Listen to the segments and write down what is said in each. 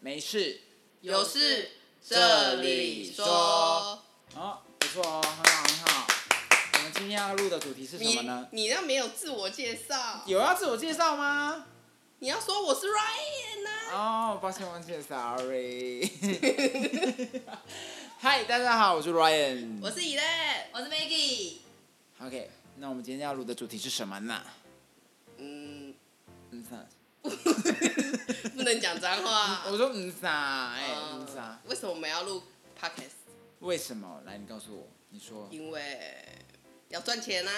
没事。有事这里说。哦，不错哦，很好很好。我们今天要录的主题是什你么呢？你那没有自我介绍，有要自我介绍吗？你要说我是 Ryan 啊呐、哦，抱歉，抱歉，sorry。嗨，大家好，我是 Ryan。我是 e l e 我是 Maggie， OK，那我们今天要录的主题是什么呢？嗯，嗯啥？不能讲脏 话。我说嗯啥？哎、嗯啥嗯？为什么我们要录 Podcast？为什么？来，你告诉我，你说。因为要赚钱啊，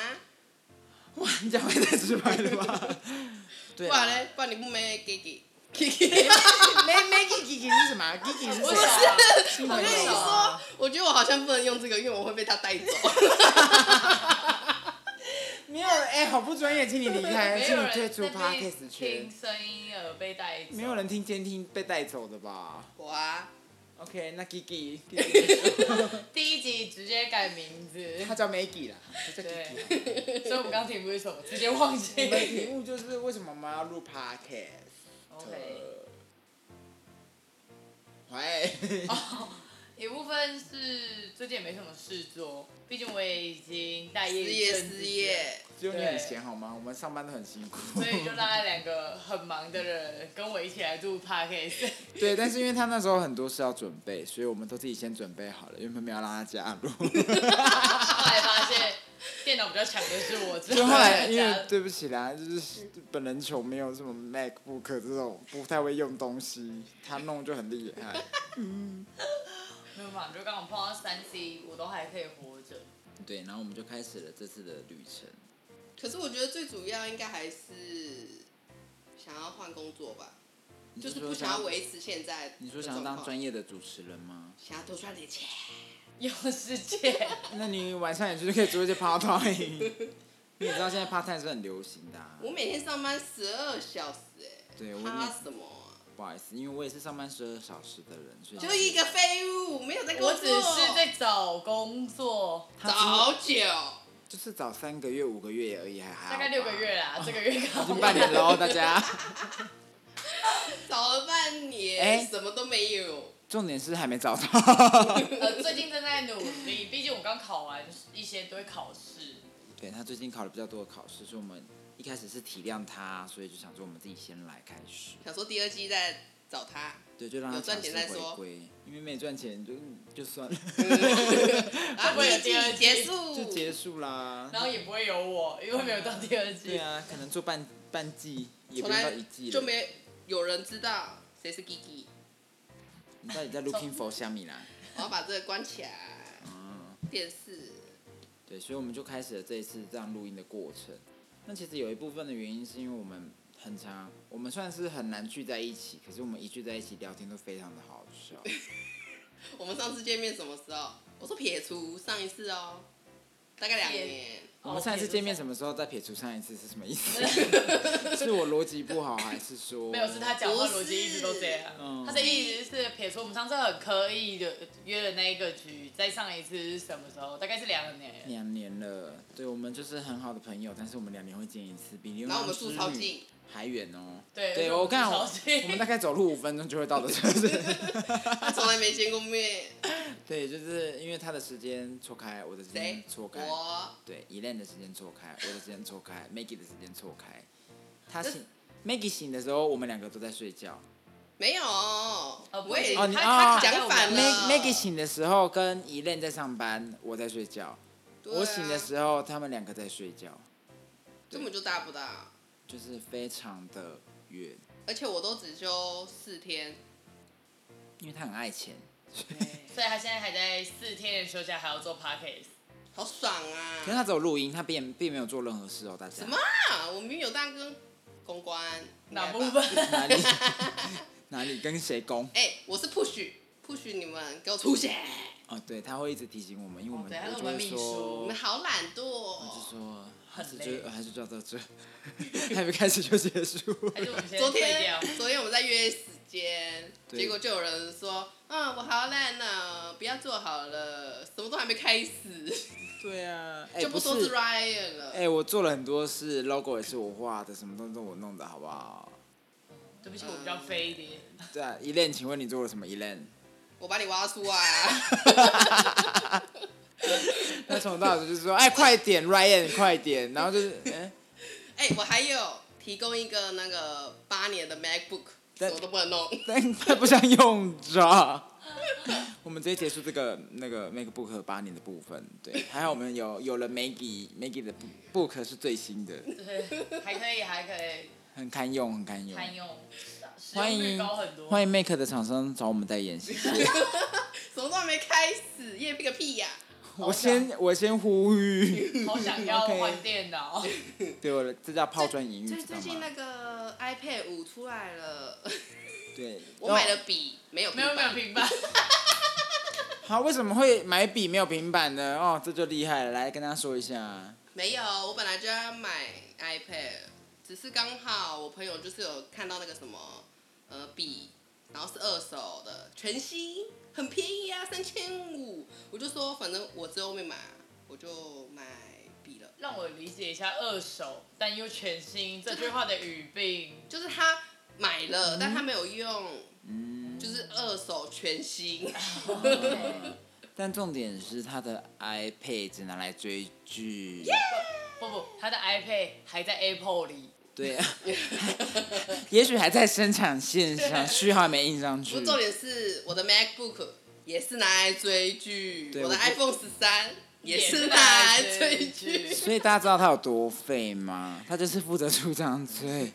哇，你讲话也太直白了吧？ 对不啊。然嘞，不然你不没 给给。没没 Gigi 是什么啊？Gigi 是我谁啊？是我我跟你说，我觉得我好像不能用这个，因为我会被他 带走。没有哎、好不专业，请你离开， 没请有你人退出在那边 Podcast 圈听。声音而被带走，没有人听监听被带走的吧我啊， ？OK，那 Gigi，, Gigi 第一集直接改名字，他叫 Maggie 啦，他叫 Gigi 啦。对，所以我们刚停不是什么，直接忘我记。们题目就是为什么我们要录 Podcast？ OK，喂，哦一部分是最近也没什么事做，毕竟我也已经 待失业一业阵子失，业，只有你很闲好吗？我们上班都很辛苦。所以就大概两个很忙的人跟我一起来录 Podcast。对，但是因为他那时候很多事要准备，所以我们都自己先准备好了，原本没有让他加入。后来发现电脑比较强的是我， 就后来 因为对不起啦，就是本人穷，没有什么 MacBook 这种不太会用东西，他弄就很厉害。没有办法，就刚好碰到三 C，我都还可以活着。 对，然后我们就开始了这次的旅程。可是我觉得最主要应该还是想要换工作吧，你就是说不想要想维持现在的状况。你说想当专业的主持人吗？想要多赚点钱。有世界，那你晚上也就是可以做一些 part time。你也 知道现在 part time 是很流行的、啊。我每天上班十二小时、哎，对我怕也什么啊、不好意思，因为我也是上班十二小时的人，所以就一个废物，没有在工作。我只是在找工作，他早九，就是早三个月、五个月而已，还还好大概六个吧，月啦，这个哦月刚已好经半年喽，大 家。早了半年，哎什么都没有。重点是还没找到。呃，最近正在努力，毕竟我刚考完一些堆考试，对他最近考了比较多的考试，所以我们一开始是体谅他，所以就想说我们自己先来开始，想说第二季再找他， 对，就让他有赚强势钱再说回归，因为没赚钱就就算了，然后会啊第一有第二季季结束，就结束啦。然后也不会有我，因为没有到第二对季。啊，可能做半半季也不用从到来一季了。就没有人知道谁是 Gigi。你到底在 looking for 虾米啦？我要把这个关起来，嗯，电视。对，所以我们就开始了这一次这样录音的过程。那其实有一部分的原因是因为我们很常，我们算是很难聚在一起，可是我们一聚在一起聊天都非常的好笑。我们上次见面什么时候？我说撇除上一次哦，大概两年。哦我们上一次见面什么时候？再撇除上一次是什么意思？是我逻辑不好，还是说没有，是他讲话逻辑一直都这样嗯。他的意思是撇除我们上次很刻意的约的那一个局，再上一次是什么时候？大概是两年。两年了？对，我们就是很好的朋友，但是我们两年会见一次，比牛然后我们住超近，还远哦。对对而且我我们看住我超近我们大概走路五分钟就会到的，是不是？他从来没见过面。对，就是因为他的时间错开，我的时间谁？嗯错开，我。对 e l a n 的时间错开，我的时间错开，Maggie 的时间错开。他醒，Maggie 醒的时候，我们两个都在睡觉。没有， 我也哦不是你他他哦只讲反了 Mag Maggie 醒的时候跟 e l a n 在上班，我在睡觉。对啊我醒的时候，他们两个在睡觉，根本就搭不到，就是非常的远，而且我都只休四天，因为他很爱钱。所以他现在还在四天的休假，还要做 podcast。好爽可是啊！他只有录音，他并并没有做任何事哦，大家。什么？啊，我明明有大哥公关哪部应该吧分？哪里？哪里跟谁攻？哎、我是 push push 你们给我出血，哦，对，他会一直提醒我们，因为我们、哦对他是我就我会们秘你说书，们好懒惰、就哦。说还是很累就还是就要到这，还没开始就结束。还是我们先昨退天掉？昨天我们在约时间，对结果就有人说，嗯，我好懒啊，不要做好了，什么都还没开始，对啊，哎、 就不不说是哎是 Ryan 了。哎、我做了很多事，logo 也是我画的，什么东西都我弄的，好不好？对不起，我比较飞一点。对啊，Elaine，请问你做了什么？Elaine， 我把你挖出来 啊！那从头到尾就是说，哎，快点，Ryan，快点，然后就是，哎，哎、我还有提供一个那个八年的 MacBook，但我都不能弄。 但 他不想用着。 我们直接结束这个那个 MacBook 八年的部分，对，还好我们有有了 Maggie，Maggie 的 book 是最新的，对，还可以，还可以，很堪用，很堪用。堪用，使欢用率迎高很多。欢迎 Make 的厂商找我们代言，谢 谢。什么都还没开始，夜配个屁呀、我先我先呼吁， 好想要 OK 换电脑。对我的这叫抛砖引玉，最知道最近吗那？个 iPad 五出来了， 对，我买了笔，没有没有平没有板平板，好，为什么会买笔没有平板呢？哦，这就厉害了，来跟大家说一下。没有，我本来就要买 iPad，只是刚好我朋友就是有看到那个什么呃笔，然后是二手的，全新，很便宜啊，三千五，我就说反正我之后会买，我就买笔了。让我理解一下二手但又全新这句话的语病。就是他买了，但他没有用，嗯，就是二手全新。但重点是他的 iPad 只拿来追剧不不，他的 iPad 还在 Apple 里，对，啊也许还在生产线上，序号还没印上去不，。重点是我的 MacBook 也是拿来追剧，对我的我不 iPhone 十三也是拿来来追剧。所以大家知道他有多废吗？他就是负责出张 嘴，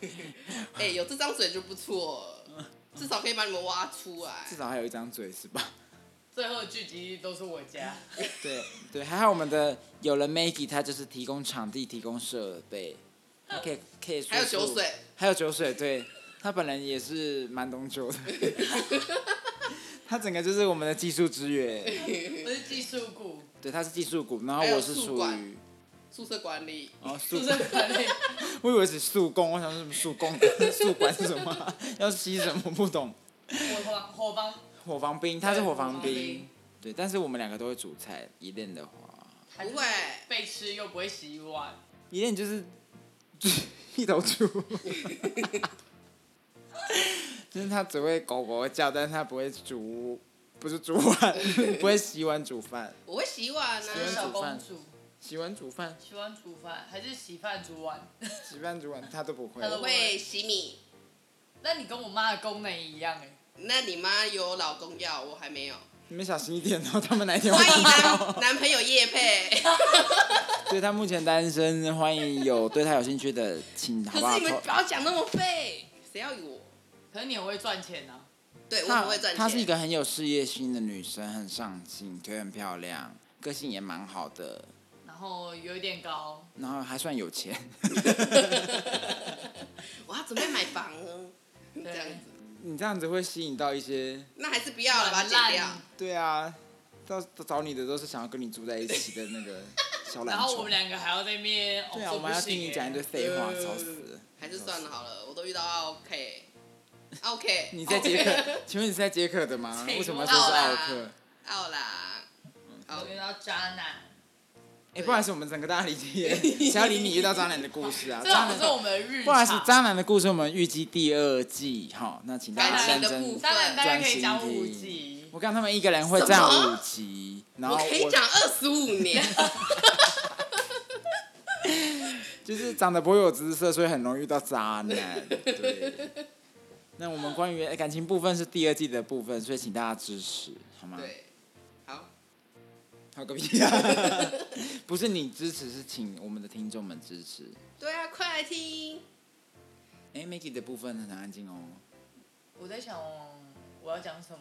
哎、有这张嘴就不错了，至少可以把你们挖出来至。少还有一张嘴是吧？最后的聚集地都是我家。对对，还好我们的有了 Maggie，他就是提供场地、提供设备，他可以可以说还有是酒水，还有酒水，对他本人也是蛮懂酒 的，他整个就是我们的技术支援，我是技术股，对，他是技术股，然后还有我是宿属管于宿舍管理，哦宿宿舍管理，我以为是速工，我想说什么速工、 速管是什么啊、要吸什么？不懂。火防火防，伙房兵，他是对伙伙房房兵兵，对，但是我们两个都会煮菜。一恋的话，还是不会被吃又不会洗碗。一恋就是 一头猪， 就是他只会狗狗叫，但是他不会煮，不是煮碗， 不会洗碗煮饭，我会洗碗喜欢是煮啊。小饭公主洗碗煮饭，喜欢煮饭，还是洗饭煮碗？洗饭煮碗他都不会他。都我会洗米，那你跟我妈的功能一样哎、那你妈有老公要，我 还没有。你们小心一点哦，他们哪一天欢迎会？男男朋友叶配。对他目前单身，欢迎有对他有兴趣的，请好可不好是你？们不要讲那么废，谁要有我？可是你很会赚钱啊，对，我她很会赚钱。她是一个很有事业心的女生，很上进，腿很漂亮，个性也蛮好的，然后有一 点高，然后还算有钱。我要准备买房 了，这样子， 你这样子会吸引到一些，那还是不要了，把它剪掉。对啊，到到找你的都是想要跟你住在一起的那个小懒然后我虫们。两个还要在那边，哦对啊，这我不们还要行听你哎讲一堆废话，呃吵死了。还是算了好了，我都遇到 OK。OK， 你在捷克？请问你是在捷克的吗？请为什么说是奥问啦克？奥啦， 好我，遇到渣男，哎、不好意思，我们整个大理解，只要理你遇到渣男的故事 啊。这渣好男像是我们的日常。不好意思，渣男的故事我们预计第二季哈，那请大家感认情的部真分渣男大概可以讲专心五听集，我看他们一个人会什占么五集，然后我可以讲二十五年，就是长得颇有姿色，所以很容易遇到渣 男。对。那我们关于哎感情部分是第二季的部分，所以请大家支持，好吗？， 对，好，好个屁啊！ 不是你支持，是请我们的听众们支持。对啊，快来听，哎、m a g g i e 的部分很安静哦。 我在想我要讲什么，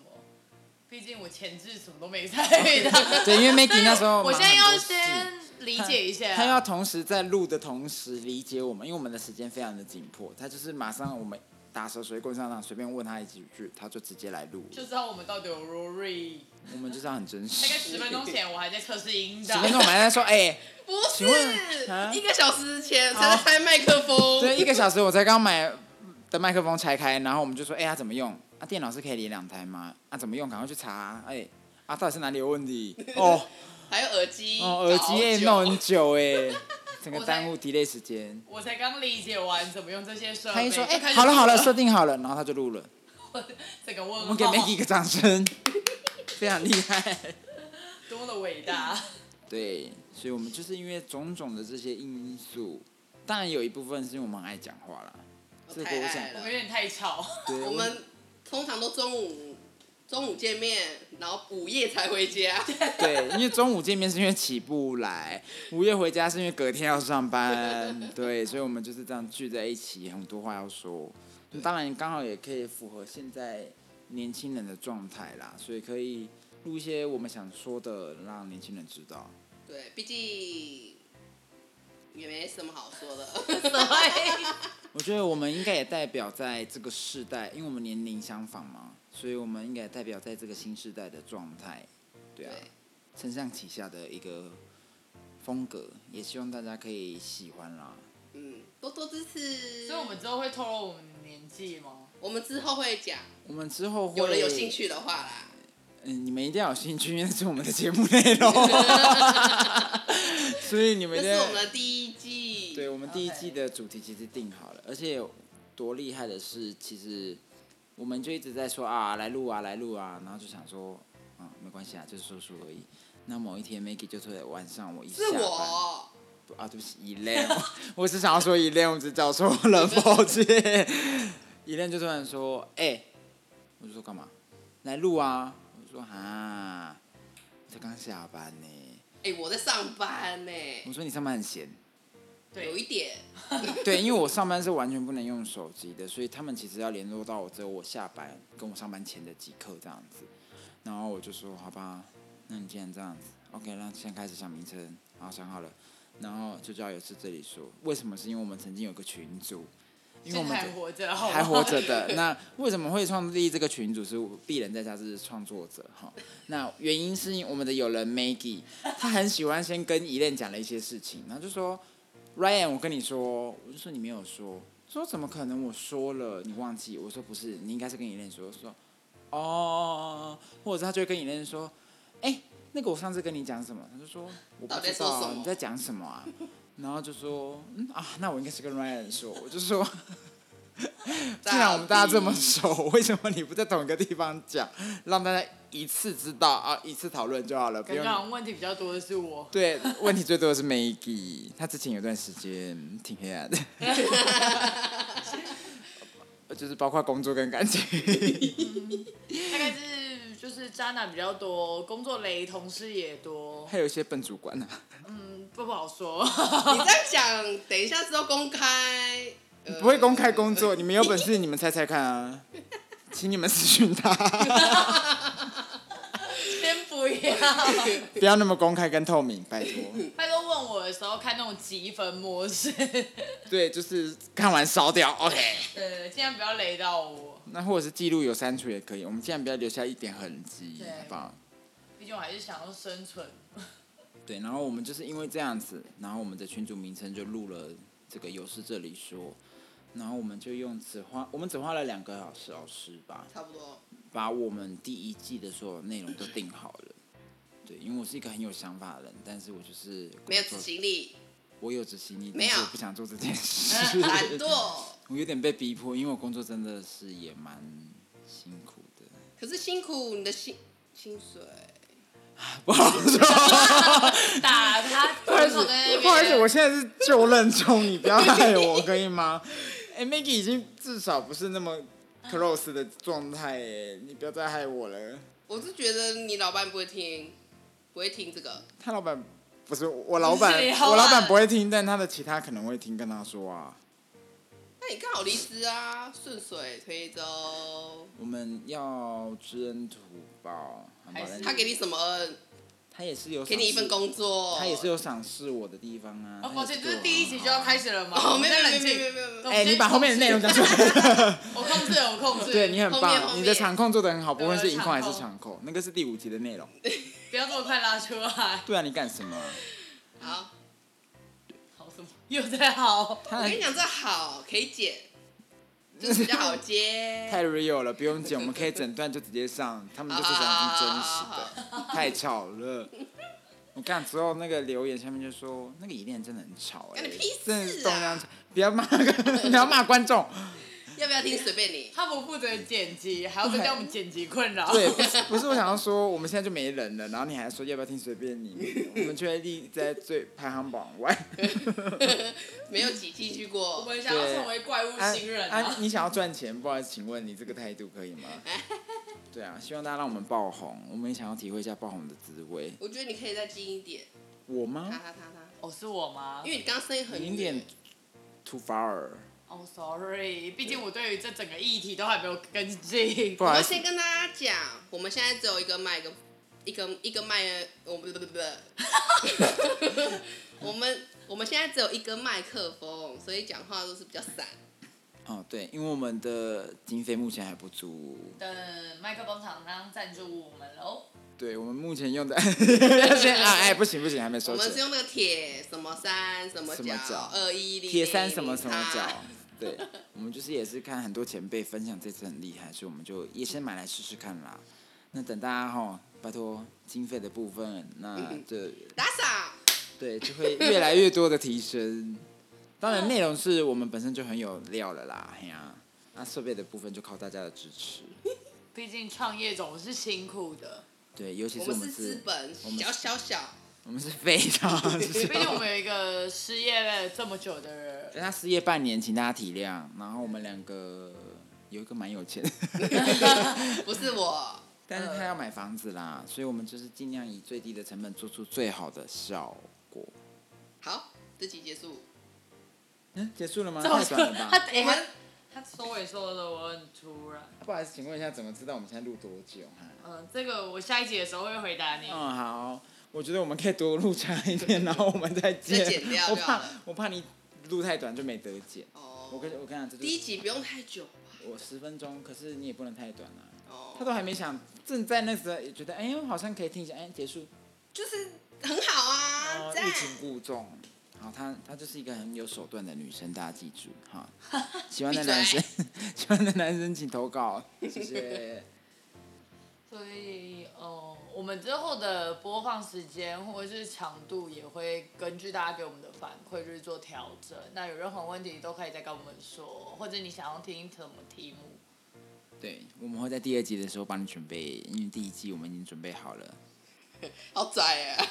毕竟我前置什么都没参 与的。对，因为 Maggie 那时候我忙现在很要多事先理解一下，他要同时在录的同时理解我们，因为我们的时间非常的紧迫，他就是马上我们打蛇随棍上上，随便问他一几句，他就直接来录，就知道我们到底有 Rory。我们就是要很真大概实。十分钟前我还在测试音十档，分钟我们还在说，哎、 不请问啊是一个小时前才好在开麦克对，一风，个小时我才刚买的麦克风拆开，然后我们就说，哎、它怎么用？啊，电脑是可以连两台吗？啊，怎么用？赶快去查、啊，哎、 啊，到底是哪里有问题？哦还有耳机，哦，耳机哎、也 弄很久哎、整个我在耽误 delay 时间。我才刚理解完怎么用这些设备，他一说，哎、就开始好了好了，设定好了，然后他就录了。整个我问们给号， Maggie 一个掌 声，非常厉害。多么的伟 大。对，所以我们就是因为种种的这些因素，当然有一部分是因为我们爱讲话啦。这个太我爱想了我们有点太吵，对，我们通常都中午中午见面，然后午夜才 回家。对，因为中午见面是因为起不来，午夜回家是因为隔天要上 班，对，所以我们就是这样聚在一起，很多话要说。当然，刚好也可以符合现在年轻人的状态啦，所以可以录一些我们想说的，让年轻人知道。对，毕竟也没什么好说的。 我觉得我们应该也代表在这个世代，因为我们年龄相仿嘛，所以我们应该也代表在这个新时代的状态，对啊，承上启下的一个风格，也希望大家可以喜欢啦。嗯，多多支持。所以我们之后会透露我们的年纪吗？我们之后会讲，我们之后会有人有兴，趣的话啦。嗯，你们一定要有兴趣，因为这是我们的节目内 容，所以你们这一定是要我们的第一季。对，我们第一季的主题其实定好了，而且有多厉害的是，其实我们就一直在说啊，来录啊，来录啊，然后就想说，嗯，没关系啊，就是说说而已。那某一天，Maggie 就突然晚上我一下是班我。哦不啊，对不起，依恋， 我只想要说依恋，我只找错了，抱歉。依恋就突然说，哎、我就说干嘛？来录啊！我就说啊，我才刚下班呢。哎、我在上班呢、我说你上班很闲。有一点。 对，因为我上班是完全不能用手机的，所以他们其实要联络到我，只有我下班跟我上班前的即刻这样子。然后我就说，好吧，那你既然这样子，OK，那现在开始想名称，好想好了，然后就叫有事这里说，为什么？是因为我们曾经有个群组，因为我现们在的还活着，好吗还活着的。 那为什么会创立这个群组？是鄙人在家是创作者哈。那原因是因为我们的友人 Maggie，他很喜欢先跟依恋讲了一些事情，然后就说 Ryan，我跟你说，我就说你没有说，说怎么可能？我说了，你忘记？我说不是，你应该是跟依恋说说哦，或者是他就会跟依恋说，哎、那个我上次跟你讲什么？他就说我不到底知在说道什啊么你在讲什么啊？然后就说嗯啊，那我应该是跟 Ryan 说，我就说。既然我们大家这么熟， 为什么你不在同一个地方讲，让大家一次知道啊，一次讨论就好了，不刚用。刚问题比较多的是我，对，问题最多的是 Maggie，她之前有段时间挺黑暗的， 就是包括工作跟感情。 大概是就是渣男比较多，工作雷同事也多，还有一些笨主管呢、啊不不 好说。 你这样讲，等一下之后公开。呃不会公开工作，你们有本事你们猜猜看啊，请你们私讯他，先不要。不要那么公开跟透明，拜托。他都问我的时候，看那种积分模式，对，就是看完烧掉，OK。对，尽量不要雷到我。那或者是记录有删除也可以，我们尽量不要留下一点痕迹对，好不好？毕竟我还是想要生存。对，然后我们就是因为这样子，然后我们的群组名称就录了这个有事这里说，然后我们就用只花，我们只花了两个小时小时吧，差不多。把我们第一季的所有内容都定好了。对，因为我是一个很有想法的人，但是我就是工没有作执行力，我有执行力，没有但是我不想做这件 事，懒惰。我有点被逼迫，因为我工作真的是也蛮辛苦 的。可是辛苦你的薪薪水，打他，不好意门口思，在那不好意思，我边。现在是就任中，你不要害我，可以吗？哎、m a g g i e 已经至少不是那么 close 的状态，哎，你不要再害我了。我是觉得你老板不会听，不会听这个。他老板不是我老板不是你，啊老板我老板不会听，但他的其他可能会听，跟他说啊。那你刚好离职啊，顺水推舟。我们要知恩图报，好吧还是他给你什么恩？他也是有给你一份赏识，工作。他也是有赏识我的地方啊。哦，他抱也歉，这对是我第一很集好啊就要开始了吗？哦，没有我没有们冷没有没静。有没有没有。哎、你把后面的内容讲出 来。我控制，我控 制。对你很后面后棒，面你的场控做的很好，不对论我是的银场控还是控场控，那个是第五集的内容。不要这么快拉出来。对啊，你干什么啊、好，好什么？又在好。他我跟你讲，这好可以剪，就是比较好接。太 real 了，不用剪，我啊们可以整段就直接上，他们就是想听真实的，太吵了。我看之后那个留言下面就说那个一恋真的很吵哎、干你屁事啊真的是东张西不要骂，不要骂观众，要不要听随便你。 他不负责剪辑，还要增加我们剪辑困扰。对，不是不是我想要说我们现在就没人了，然后你还说要不要听随便你，我们却立在最排行榜 外。没有挤进去我过，们想要成为怪物安新人啊安，！你想要赚钱，不好意思，请问你这个态度可以 吗？对啊，希望大家让我们爆红，我们也想要体会一下爆红的滋味。我觉得你可以再近一点，我他吗？他他他，哦，是我吗？因为你刚刚声音很零嗯远点 too far，哦、s o r r y 毕竟我对于这整个议题都还没有跟进不。我好意要思先，跟大家讲，我们现在只有一个麦，一个一个一个麦，我们不不不，我们我们现在只有一个麦克风，所以讲话都是比较散。哦对，因为我们的经费目前还不足，等麦克风厂商赞助我们喽。对我们目前用的，先啊哎不行不行，还没我收们是钱，用那个铁什么三什么什么角角二一零铁三什么什么角。对，我们就是也是看很多前辈分享这次很厉害，所以我们就也先买来试试看啦。那等大家哈，拜托经费的部分，那这打赏，对，就会越来越多的提升。当然，内容是我们本身就很有料了啦，嘿呀、那设备的部分就靠大家的支持，毕竟创业总是辛苦 的，对，尤其我是我们们是是资，本我们小小小，我们是非常，毕 竟我们有一个失业了这么久的人，他失业半年，请大家体谅。然后我们两个有一个蛮有钱的， 不是啊我。但是他要买房子呃啦，所以我们就是尽量以最低的成本做出最好的效果。好，这集结束。嗯，结束了吗？这么太短了他吧？哎我们他他收尾说的我很突然。不好意思，请问一下，怎么知道我们现在录多久哈、嗯，这个我下一集的时候会回答你。嗯，好，我觉得我们可以多录长一点，然后我们再剪。 再剪掉 我就好怕了我怕你录太短就没得剪。我哦，跟我跟你讲，这就第一是集不用太久吧？我十分钟，可是你也不能太短啊。他哦，都还没想，正在那时候也觉得，哎呦，好像可以听一下，哎，结束，就是很好然啊，后赞欲。擒故纵。好，她她就是一个很有手段的女生，大家记住 哈。喜欢的男生， 喜欢的男生请投稿，谢谢。所以，呃，我们之后的播放时间或者是长度也会根据大家给我们的反馈就是做调整。那有任何问题都可以再跟我们说，或者你想要听什么题目，对，我们会在第二集的时候帮你准备，因为第一季我们已经准备好 了。好拽啊！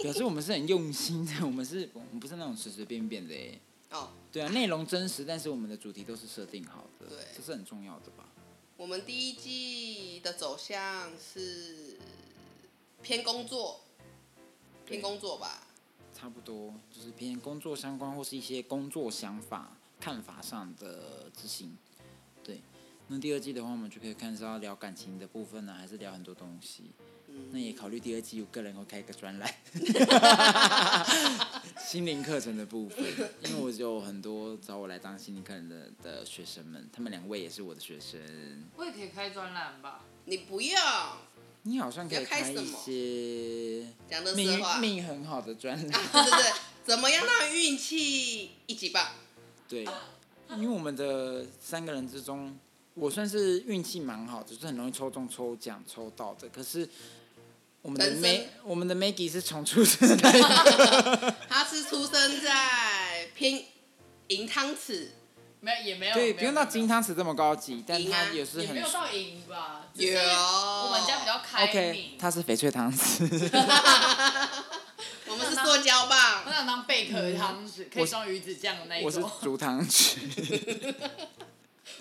表示我们是很用心的，我们是我们不是那种随随便便的哎。 哦，对啊，内容真实，但是我们的主题都是设定好的，对这是很重要的吧？我们第一季的走向是偏工作，偏工作吧。差不多就是偏工作相关或是一些工作想法、看法上的执行。对，那第二季的话，我们就可以看是要聊感情的部分呢、还是聊很多东西。那嗯，也考虑第二季，我个人会开一个专栏，心灵课程的部分，因为我有很多找我来当心灵课程的的学生们，他们两位也是我的学生。我也可以开专栏吧。你不要你好像可以要开开什一么些讲乐命色话，对命很好的专栏， 对对，怎么样让运气一级棒？对，因为我们的三个人之中，我算是运气蛮好的，就是很容易抽中抽奖抽到的，可是。我们的人生 Mag 我们的 Maggie 是从出生的那一他是出生在偏银汤匙，没有也没有， 对，没有不用到金，汤匙这么高级，但赢啊它也是没有很也没有到赢吧。只是有我们家比较开 OK，明，它是翡翠汤 匙，我们是塑胶我棒，想当贝壳汤匙，可以装鱼子酱的那一我是种。竹汤匙，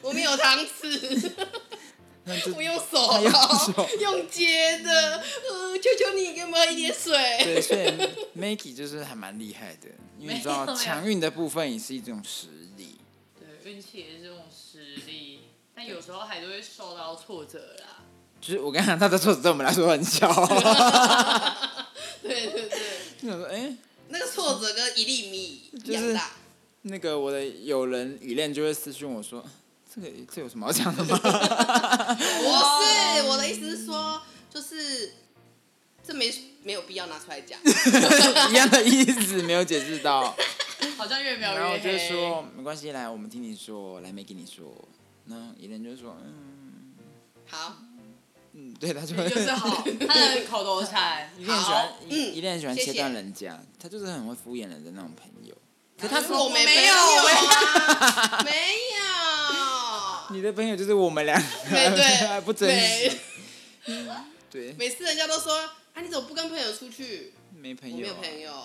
我们有汤匙， 那就我用手 他用手哦，用接的，呃，求求你给我们一点水。对，所以 Maggie 就是还蛮厉害的，因为你知没道有强运的部分也是一种实力。对，运气也是种实力，但有时候还是会受到挫折啦。就是我跟你讲，他的挫折对我们来说很小， 对对对，就想说，哎、那个挫折跟一粒米一样大。那个我的友人雨恋就会私讯我说，这个这有什么好讲的吗？ 哦不是，我的意思是说，就是这没没有必要拿出来讲。一样的意思，没有解释 到。好像越描越黑。然后我就说，没关系，来，我们听 你说，来 Maggie 你说。那雨恋就说，嗯，好，嗯，对，他就会你就是好，他的口头禅。 一定很喜欢好，嗯一一定很喜欢谢切谢断人家，他就是很会敷衍人的那种朋友。可他他说说我没没有 啊，没有。你的朋友就是我们俩，没对， 不珍惜每，对，每次人家都说啊，你怎么不跟朋友出去？没朋我没友有啊。朋友。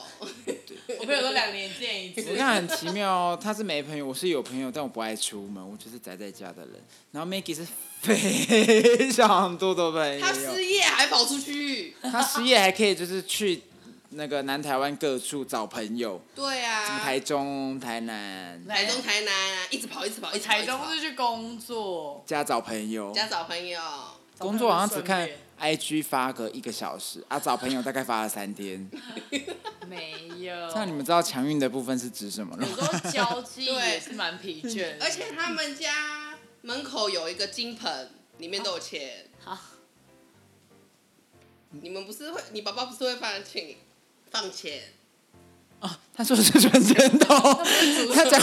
我朋友都两年见 一我次，看很奇妙哦，他是没朋友，我是有朋友，但我不爱出门，我就是宅在家的人。然后 Maggie 是非常多的朋友，他失业还跑出去。他失业还可以就是去那个南台湾各处找朋友，对什么啊，台中、台南，台台中、台南啊，一直跑，一直跑，一直跑。台一直中跑是去工作，家找朋友。家找朋友，工作好像只看顺 IG 发个一个小时啊，找朋友大概发了三天。便没有。那你们知道强运的部分是指什么了有吗？时候交际对也是蛮疲倦的，而且他们家门口有一个金盆，里面都有钱。好，你们不是会，你爸爸不是会放 钱，放钱？他说是传真筒。他讲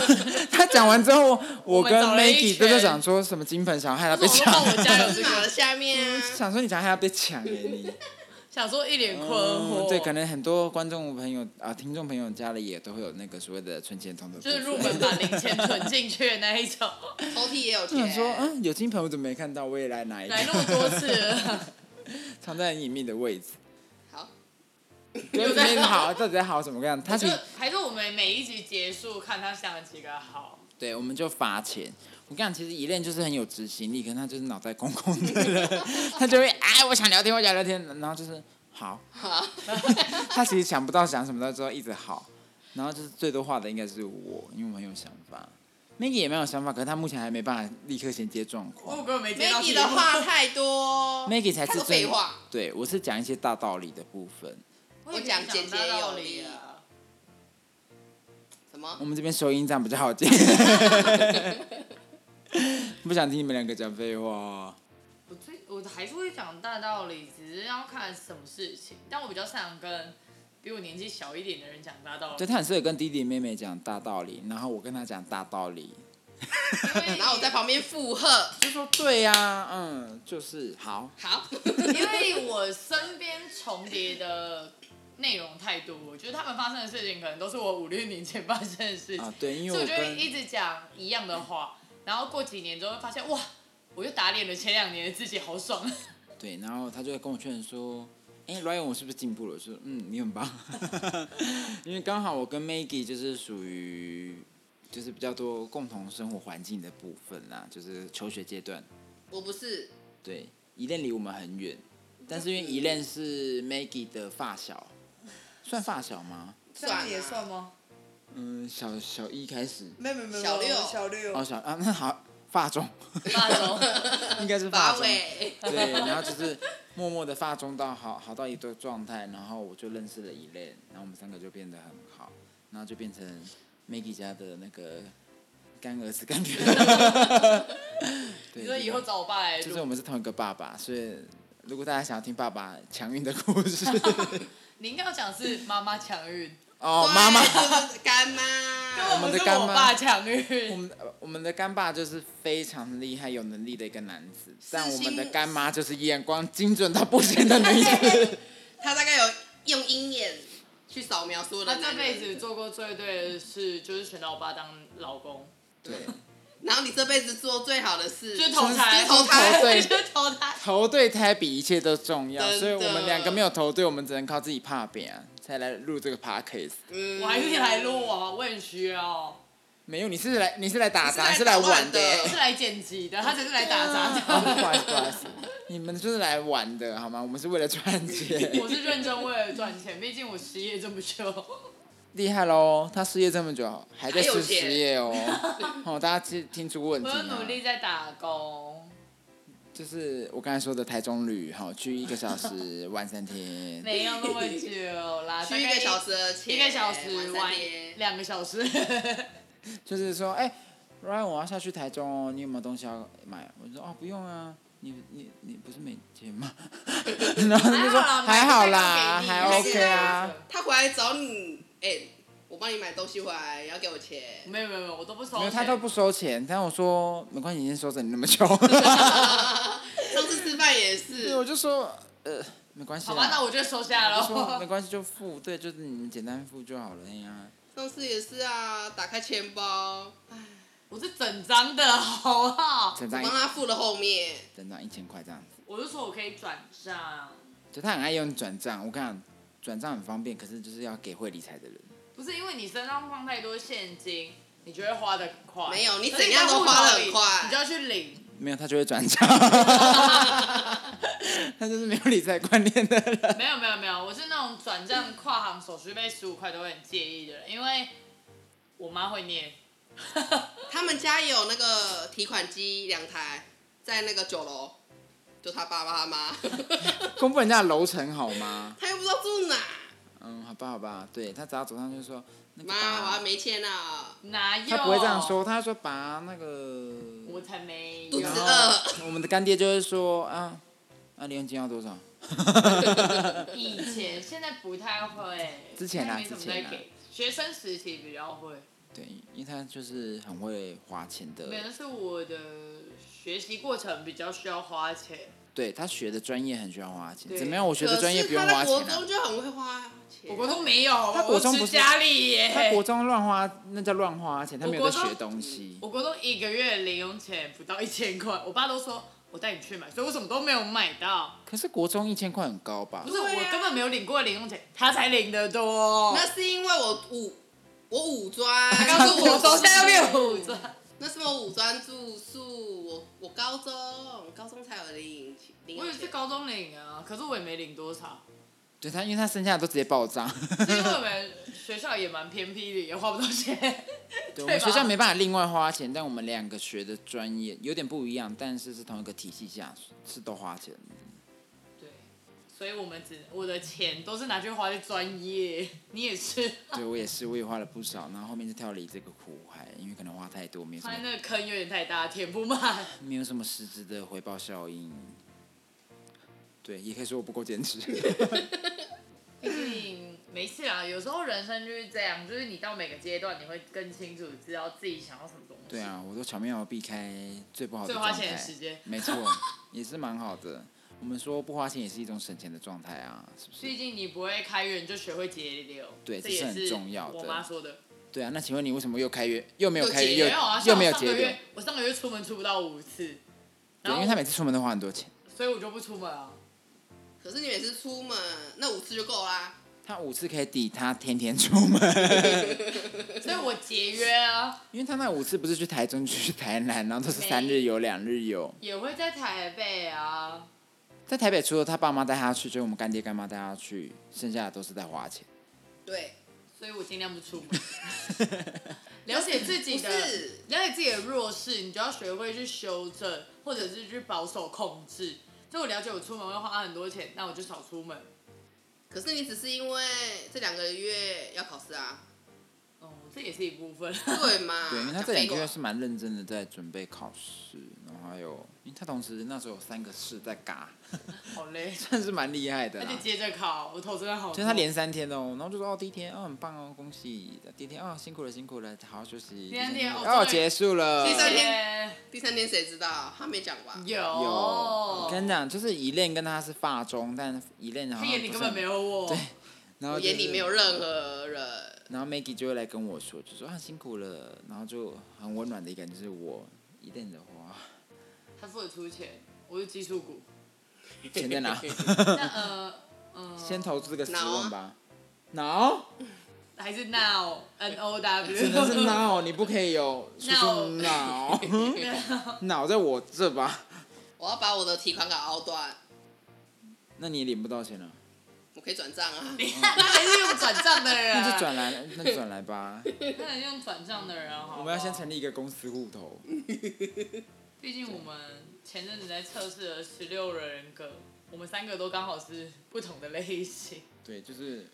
他讲完之后，我跟我们走了一 Maggie 圈都在讲说什么金盆想要害他被抢，我们家有芝这麻的个，下面啊。想说你想害他被抢耶你。想说一脸困嗯惑，对，可能很多观众朋友啊、听众朋友家里也都会有那个所谓的存钱筒的部就分。是入门把零钱存进去的那一种，抽屉也有我想说，钱，嗯，有金盆我怎么没看到？我也来拿一个来，那么多次了，藏在很隐秘的位置。好，对，没好，到底在好什么样？他就请还是我们每一集结束看他想了几个好，对，我们就罚钱。我跟你讲，其实一练就是很有执行力，可是他就是脑袋空空的人，他就会哎，我想聊天，我想聊天，然后就是好，好， 他其实想不到想什么，他之后一直好，然后就是最多话的应该是我，因为我很有想法。Maggie 也蛮有想法，可是他目前还没办法立刻衔接状我况。根本没接到 Maggie 题的目话太多 Maggie 才哦他是是最废话，对我是讲一些大道理的部分。我我讲简洁有力啊，什我 么？们这边收音这样比较好接。 不想听你们两个讲废话。我最我还是会讲大道理，只是要看什么事情，但我比较擅长跟比我年纪小一点的人讲大道理对，，他很适合跟弟弟妹妹讲大道理，然后我跟他讲大道理，因为 然后我在旁边附和，就说对呀、嗯，就是好，好， 因为我身边重叠的内容太多，我觉得他们发生的事情可能都是我五六年前发生的事情，啊，对，因所以为我我就会跟一直讲一样的话，然后过几年之后会发现哇，我又打脸了前两年的自己，好爽。对，然后他就会跟我劝说，哎、r y a n 我是不是进步了？我说，嗯，你很棒， 因为刚好我跟 Maggie 就是属于就是比较多共同生活环境的部分啦，就是求学阶段，我不是，对，一恋离我们很远，但是因为嗯一恋是 Maggie 的发小，算发小吗？算啊吗？嗯，小小一开始，没有没有没有，小六小六，哦，小啊，那好，发中。霸总，应该是发八中，尾，对，然后就是默默的发中到好好到一个状态，然后我就认识了一类，然后我们三个就变得很好，然后就变成 Maggie 家的那个干儿子干 女儿。对，你说以后找我爸来就是我录，们是同一个爸爸，所以如果大家想要听爸爸强运的故事， 你应该要讲是妈妈强运，哦，妈妈，就是干妈， 我们的不是干我妈爸强我运，们呃我们的干爸就是非常厉害、有能力的一个男子，但我四们的星干妈就是眼光精准到不行的女子。 他大概有用鹰眼去扫描所有他的这男辈子人，做过最对的事就是选到我爸当老公，对。然后你这辈子做最好的事就是投胎，就是投胎，对 就是投胎。投对胎比一切都重要，真的所以我们两个没有投对，我们只能靠自己怕扁、啊、才来录这个 podcast。嗯我还是来录啊，我很需要，没有，你是来你是来打杂，你是是来来玩的、打 是来剪辑的，他只是来打杂啊的。不好意思，不好意思，你们就是来玩的好吗？我们是为了赚 钱， 我是认真为了赚钱，毕竟我失业这么久。厉害喽！他失业这么久，还在还有失钱失业哦。哦，大家听听出问题 我吗有努力在打工，就是我刚才说的台中旅，哈，去一个小时玩三 天， 没有那么久 啦，去一大概个小时的钱，一个小时玩玩三天两个 小时，就是说，哎、r y a n 我要下去台中哦，你有没有东西要买？我就说哦，不用啊，你你你不是没钱吗？ 然后他就说还好啦，还买个蛋糕给你 OK 啊。。他回来找你，哎、我帮你买东西回来，你要给我钱。没有没有没有，我都不收没有，钱。他都不收钱，但我说没关系，你先收着，你那么穷。上次吃饭块也对，我是，就说呃没关系好吧，那啦，我就收下我就说了没。关系就付，对，就是你们简单付就好了哎呀。上次也是啊，打开钱包，我是整张的，好不好？整我张一帮他付了后面，整张一千块这样子，我就说我可以转账，就他很爱用转账，我跟你讲，转账很方便，可是就是要给会理财的人。不是因为你身上放太多现金，你就会花的很快。没有你可是怎样都在户头花得很里快你就要去 领。没有，他就会转账。他就是没有理财观念的人。没有没有没有，我是那种转账跨行手续费十五块都会很介意的人，因为我妈会念。 他们家有那个提款机两台，在那个九楼，就他爸爸他妈， 公布人家的楼层好吗？他又不知道住哪，嗯，好吧，好吧。对他只要走上去说，那个妈，我还爸，没钱啊，哪有？他不会这样说，他说爸那个，我才没肚有子。然后我们的干爹就会说啊，啊，零用金要多少？以前现在不太会， 之前啊现在没怎么在之前啊给。学生时期比较会，对，因为他就是很会花钱的没，有，那是我的学习过程比较需要花钱。对他学的专业很需要花钱。对怎么样？我学可的专业是不用他花在国钱啊中。就很会花钱，我国中没有，他国中不是家里耶。他国中乱花，那叫乱花钱，他没有我在哎国中嗯学东西。我国中一个月零用钱不到一千块，我爸都说我带你去买，所以我什么都没有买到。可是国中一千块很高吧不？是、对啊我根本没有领过零用钱，他才领得多。那是因为我五我五专，他告诉 我说现在要变五专，那是我五专住宿，我我高中我高中才有零零我用也是钱，高中领啊，可是我也没领多少，对他，因为他剩下的都直接报账。是因为我们学校也蛮偏僻的，也花不到 钱。对， 对我们吧学校没办法另外花钱，但我们两个学的专业有点不一样，但是是同一个体系下是都花钱的。对，所以我们只我的钱都是拿去花去专业，你也是，对我也是，我也花了不少，然后后面就跳离这个苦海，因为可能花太多，没有什发现么那个坑有点太大，填不满。没有什么实质的回报效应。对，也可以说我不够坚 持。毕竟没事啊，有时候人生就是这样，就是你到每个阶段，你会更清楚知道自己想要什么东西。对，啊，我都巧妙地避开最不好的最状花态。钱的时间没错，也是蛮好的。我们说不花钱也是一种省钱的状态啊，是不是？毕竟你不会开源，就学会节流。对这这是也很是重要的我妈说的。对啊，那请问你为什么又开源又没有又开源节又没有啊，又像没我有上节个流？月，我上个月出门出不到五次，对，然因后为他每次出门都花很多钱。所以我就不出门 啊。可是你每次出门那五次就够啦，他五次可以抵他天天出门， 所以我节约啊，因为他那五次不是去台中就是去台南，然后都是没三日游、两日游。也会在台北啊。在台北除了他爸妈带他去，就是我们干爹干妈带他去，剩下的都是在花钱。对，所以我尽量 不出门。了解自己的不是，了解自己的弱势，你就要学会去修正，或者是去保守控制。就我了解我出门会花很多钱，那我就少出门。可是你只是因为这两个月要考试 啊，哦，这也是一部分。对嘛？对，因为啊他这两个月讲废是蛮认真的在准备考试，然后还有，因为他同时那时候有三个试在嘎， 好累，算是蛮厉害的 啊而啦且。接着考，我头真的好痛。就是他连三天哦，然后就说哦第一天哦很棒哦恭喜，第一天哦辛苦了辛苦了，好好休息。第三天哦哦终于结束了，第三天哦话第三天谁知道？他没讲嗯吧？有，有，跟你讲，就是依恋跟他是发中，但依恋然他后眼里根本没有我。对然后我就是眼里没有任何人，然后 Maggie 就会来跟我说，就说啊辛苦了，然后就很温暖的一个人，就是我依恋的话，他付得出钱，我是技术 股。钱在 哪？那呃呃，先投资个十挠万啊吧。挠，还是 now n o w，真的是 挠，你不可以有叔叔挠，嗯挠在我这吧，我要把我的提款卡凹断，那你领不到钱了，我可以转账 啊。 他还是用转账的人，啊那就，转来，那就转来吧。他还是用转账的人啊好不好。我们要先成立一个公司户头，毕竟我们前阵子在测试了十六人格，我们三个都刚好是不同的类型，对，就是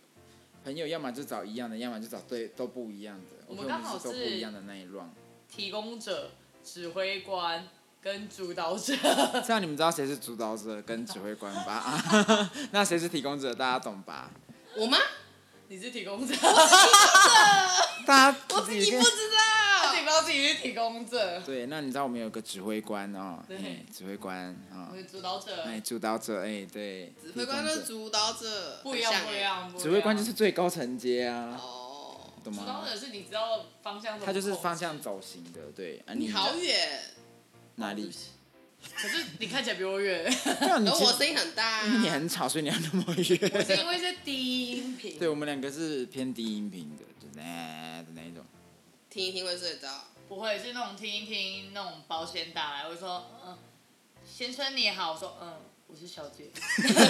朋友要么就找一样的，要么就找对都不一样的，我我们朋友刚好是都不是一样的那一乱。提供者、指挥官跟主导者。 这样你们知道谁是主导者跟指挥官吧？ 啊那谁是提供者，大家懂吧？我吗？你是提供者，大家我自自己己跟不知道。提供自己是提供者，对，那你知道我们有个指挥官哦，对哎指挥官啊我，是主导者，哎，主导者，哎，对，指挥官跟主主导者不一样很像欸不一。样不一样。欸指挥官就是最高层阶啊，哦，懂啊主导吗？者是你知道方向怎么他就是控制方向，走行的，对啊，你好远，哪里？可是你看起来比我远，没有你而其我实声音很大。啊你很吵，所以你要那么 是远。因为是低音频。对，我们两个是偏低音频的，就那的那一种。听一听会睡着。不会是那种听一听那种保险打来，我就说嗯，先生你好，我说嗯，我是小姐，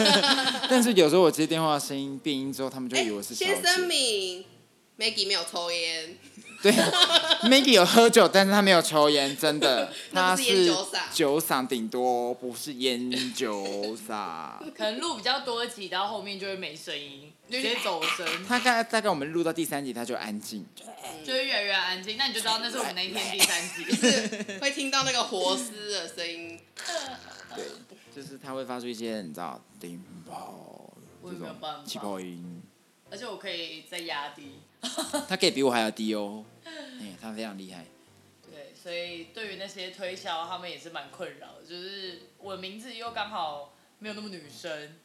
但是有时候我接电话声音变音之后，他们就以为我是小姐。哎先声明，Maggie 没有抽烟，对，Maggie 有喝酒，但是她没有抽烟，真的， 她那不是烟是酒嗓酒嗓，顶多不是烟酒嗓。 可能录比较多集，到后面就会没声音，直接走声，她大概大概我们录到第三集，她就安静。就会越来越安静。那你就知道那是我们那一 天第三集。是会听到那个活尸的声音。对，就是她会发出一些你知道叮爆我这也没有种办法气泡音，而且我可以再压低。她可以比我还要低哦。哎，她非常厉害。对，所以对于那些推销，他们也是蛮困扰的，就是我名字又刚好没有那么女生，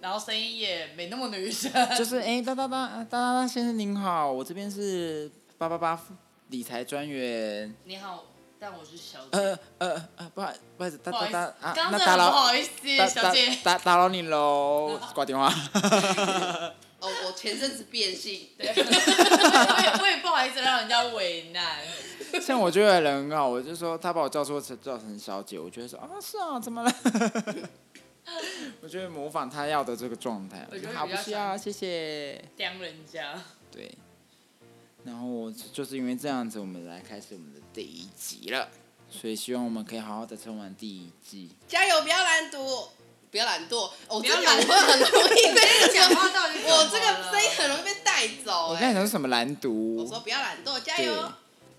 然后声音也没那么女生，就是哎，哒哒哒啊哒哒哒先生您好，我这边是八八八理财专员。 你好，但我是小姐，呃呃呃，不好不好意思，哒不好哒意哒思，啊，刚那刚真的打很扰不好意思，打小姐。打打打扰你喽，挂电 话。哦，我前阵子变性， 对，我也我也不好意思让人家为难。像我觉得人很好，我就说他把我叫错成叫成小姐，我就会说啊是啊，怎么了？ 我就会模仿他要的这个状态，我我觉就得好比不较需像要，谢谢。刁人家，对，然后我就是因为这样子，我们来开始我们的第一集了，所以希望我们可以好好的撑完第一季。加油，不要懒惰，不要懒惰。哦，不这要个懒懒惰惰很容易 被讲话到底我这个声音很容易被带走我哎、看你讲是什么蓝我读说，不要懒惰，加对油！，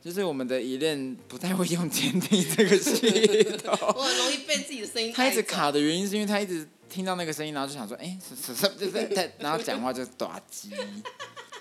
就是我们的一任不太会用坚定这个系 统。我很容易被自己的声音他带一直走。卡的原因是因为他一直听到那个声音，然后就想说，哎、什什什，就是他，然后讲话就是打 击，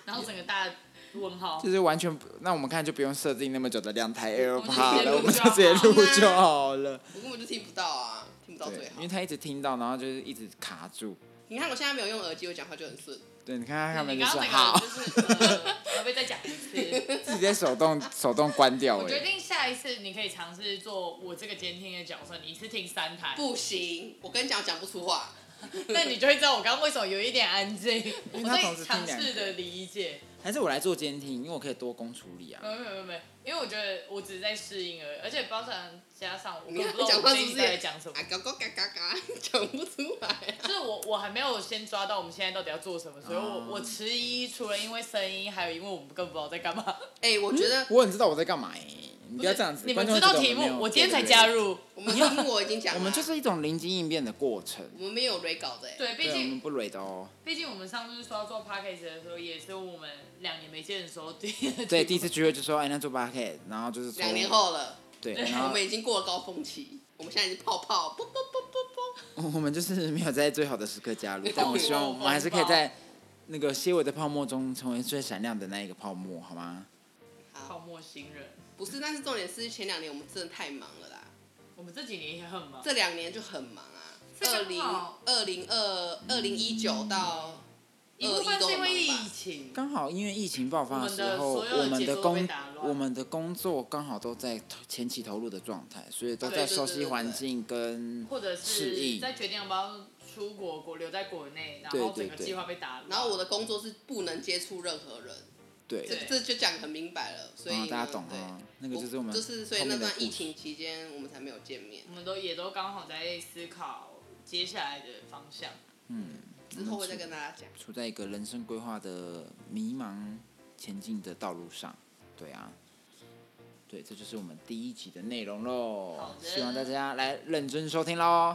然后整个大问号就。是完全不。那我们看就不用设定那么久的两台 AirPod 了，我我们们就直就直接接录录就好了。我根本就听不到啊，听不到对最，好因为。他一直听到，然后就是一直卡住。你看我现在没有用耳机，我讲话就很顺。对，你看他他们嗯你就刚是刚好整个，就是，呃可不可以再讲一次？自己在手动 手动关掉我哎、决定下一次你可以尝试做我这个监听的角色，你一次听三台，不行，我跟你讲，我讲不出 话。那你就会知道我刚刚为什么有一点安静。我因为他同时在听尝两试个的理解，哦还是我来做监听，因为我可以多工处理啊没。有没有没有没有，因为我觉得我只是在适应而已，而且包含加上我你根本看不知道讲我话这是一不集是在讲什么啊，，嘎嘎嘎嘎 嘎，讲不出来、啊。就是我我还没有先抓到我们现在到底要做什么，所以我嗯我迟疑，除了因为声音，还有因为我们更不知道在干嘛。哎、我觉得我很知道我在干嘛哎、你不要这样子。你观们众会知觉得道题没有目，我今天才对加。入。我们听嗯我已经讲了，我们就是一种临机应变的过程，我们没有 re 稿的、欸。对，毕对，我们竟不累的哦。毕竟我们上次说要做 podcast 的时候，也是我们两年没见的时候第 对，第一次聚会就说，哎，那做 b a k 然后就是从两年，后了，对，对然我后们已经过了高峰期，我们现在已经泡泡，啵啵啵啵啵。我们就是没有在最好的时刻加 入，但我希望我泡们沫还是可以在那个些微的泡沫中成为最闪亮的那一个泡沫，好吗？泡好，沫新人。不是，但是重点是前两年我们真的太忙了啦，我们这几年也很忙，这两年就很忙啊。非二常零好二零二二零一九到一部二一分是因为都很忙疫吧情，刚好因为疫情爆发的时候，我们的所有我的们节的奏都被工打乱我们的工作刚好都在投前期投入的状态，所以都在对对熟对悉对环对境跟或者适是应。在决定要不要出国，国留在国内，然对后对整个对计划被打乱。然后我的工作是不能接触任何人，这对对，这就讲得很明白了，所以啊呢、，大家懂对啊，那个就是我们就是所以后那面的段疫故事情期间我们才没有见面我，们都也都刚好在思考接下来的方向。之后会再跟大家讲。处在一个人生规划的迷茫前进的道路上。对啊，对，这就是我们第一集的内容喽好，的希望大家来认真收听喽。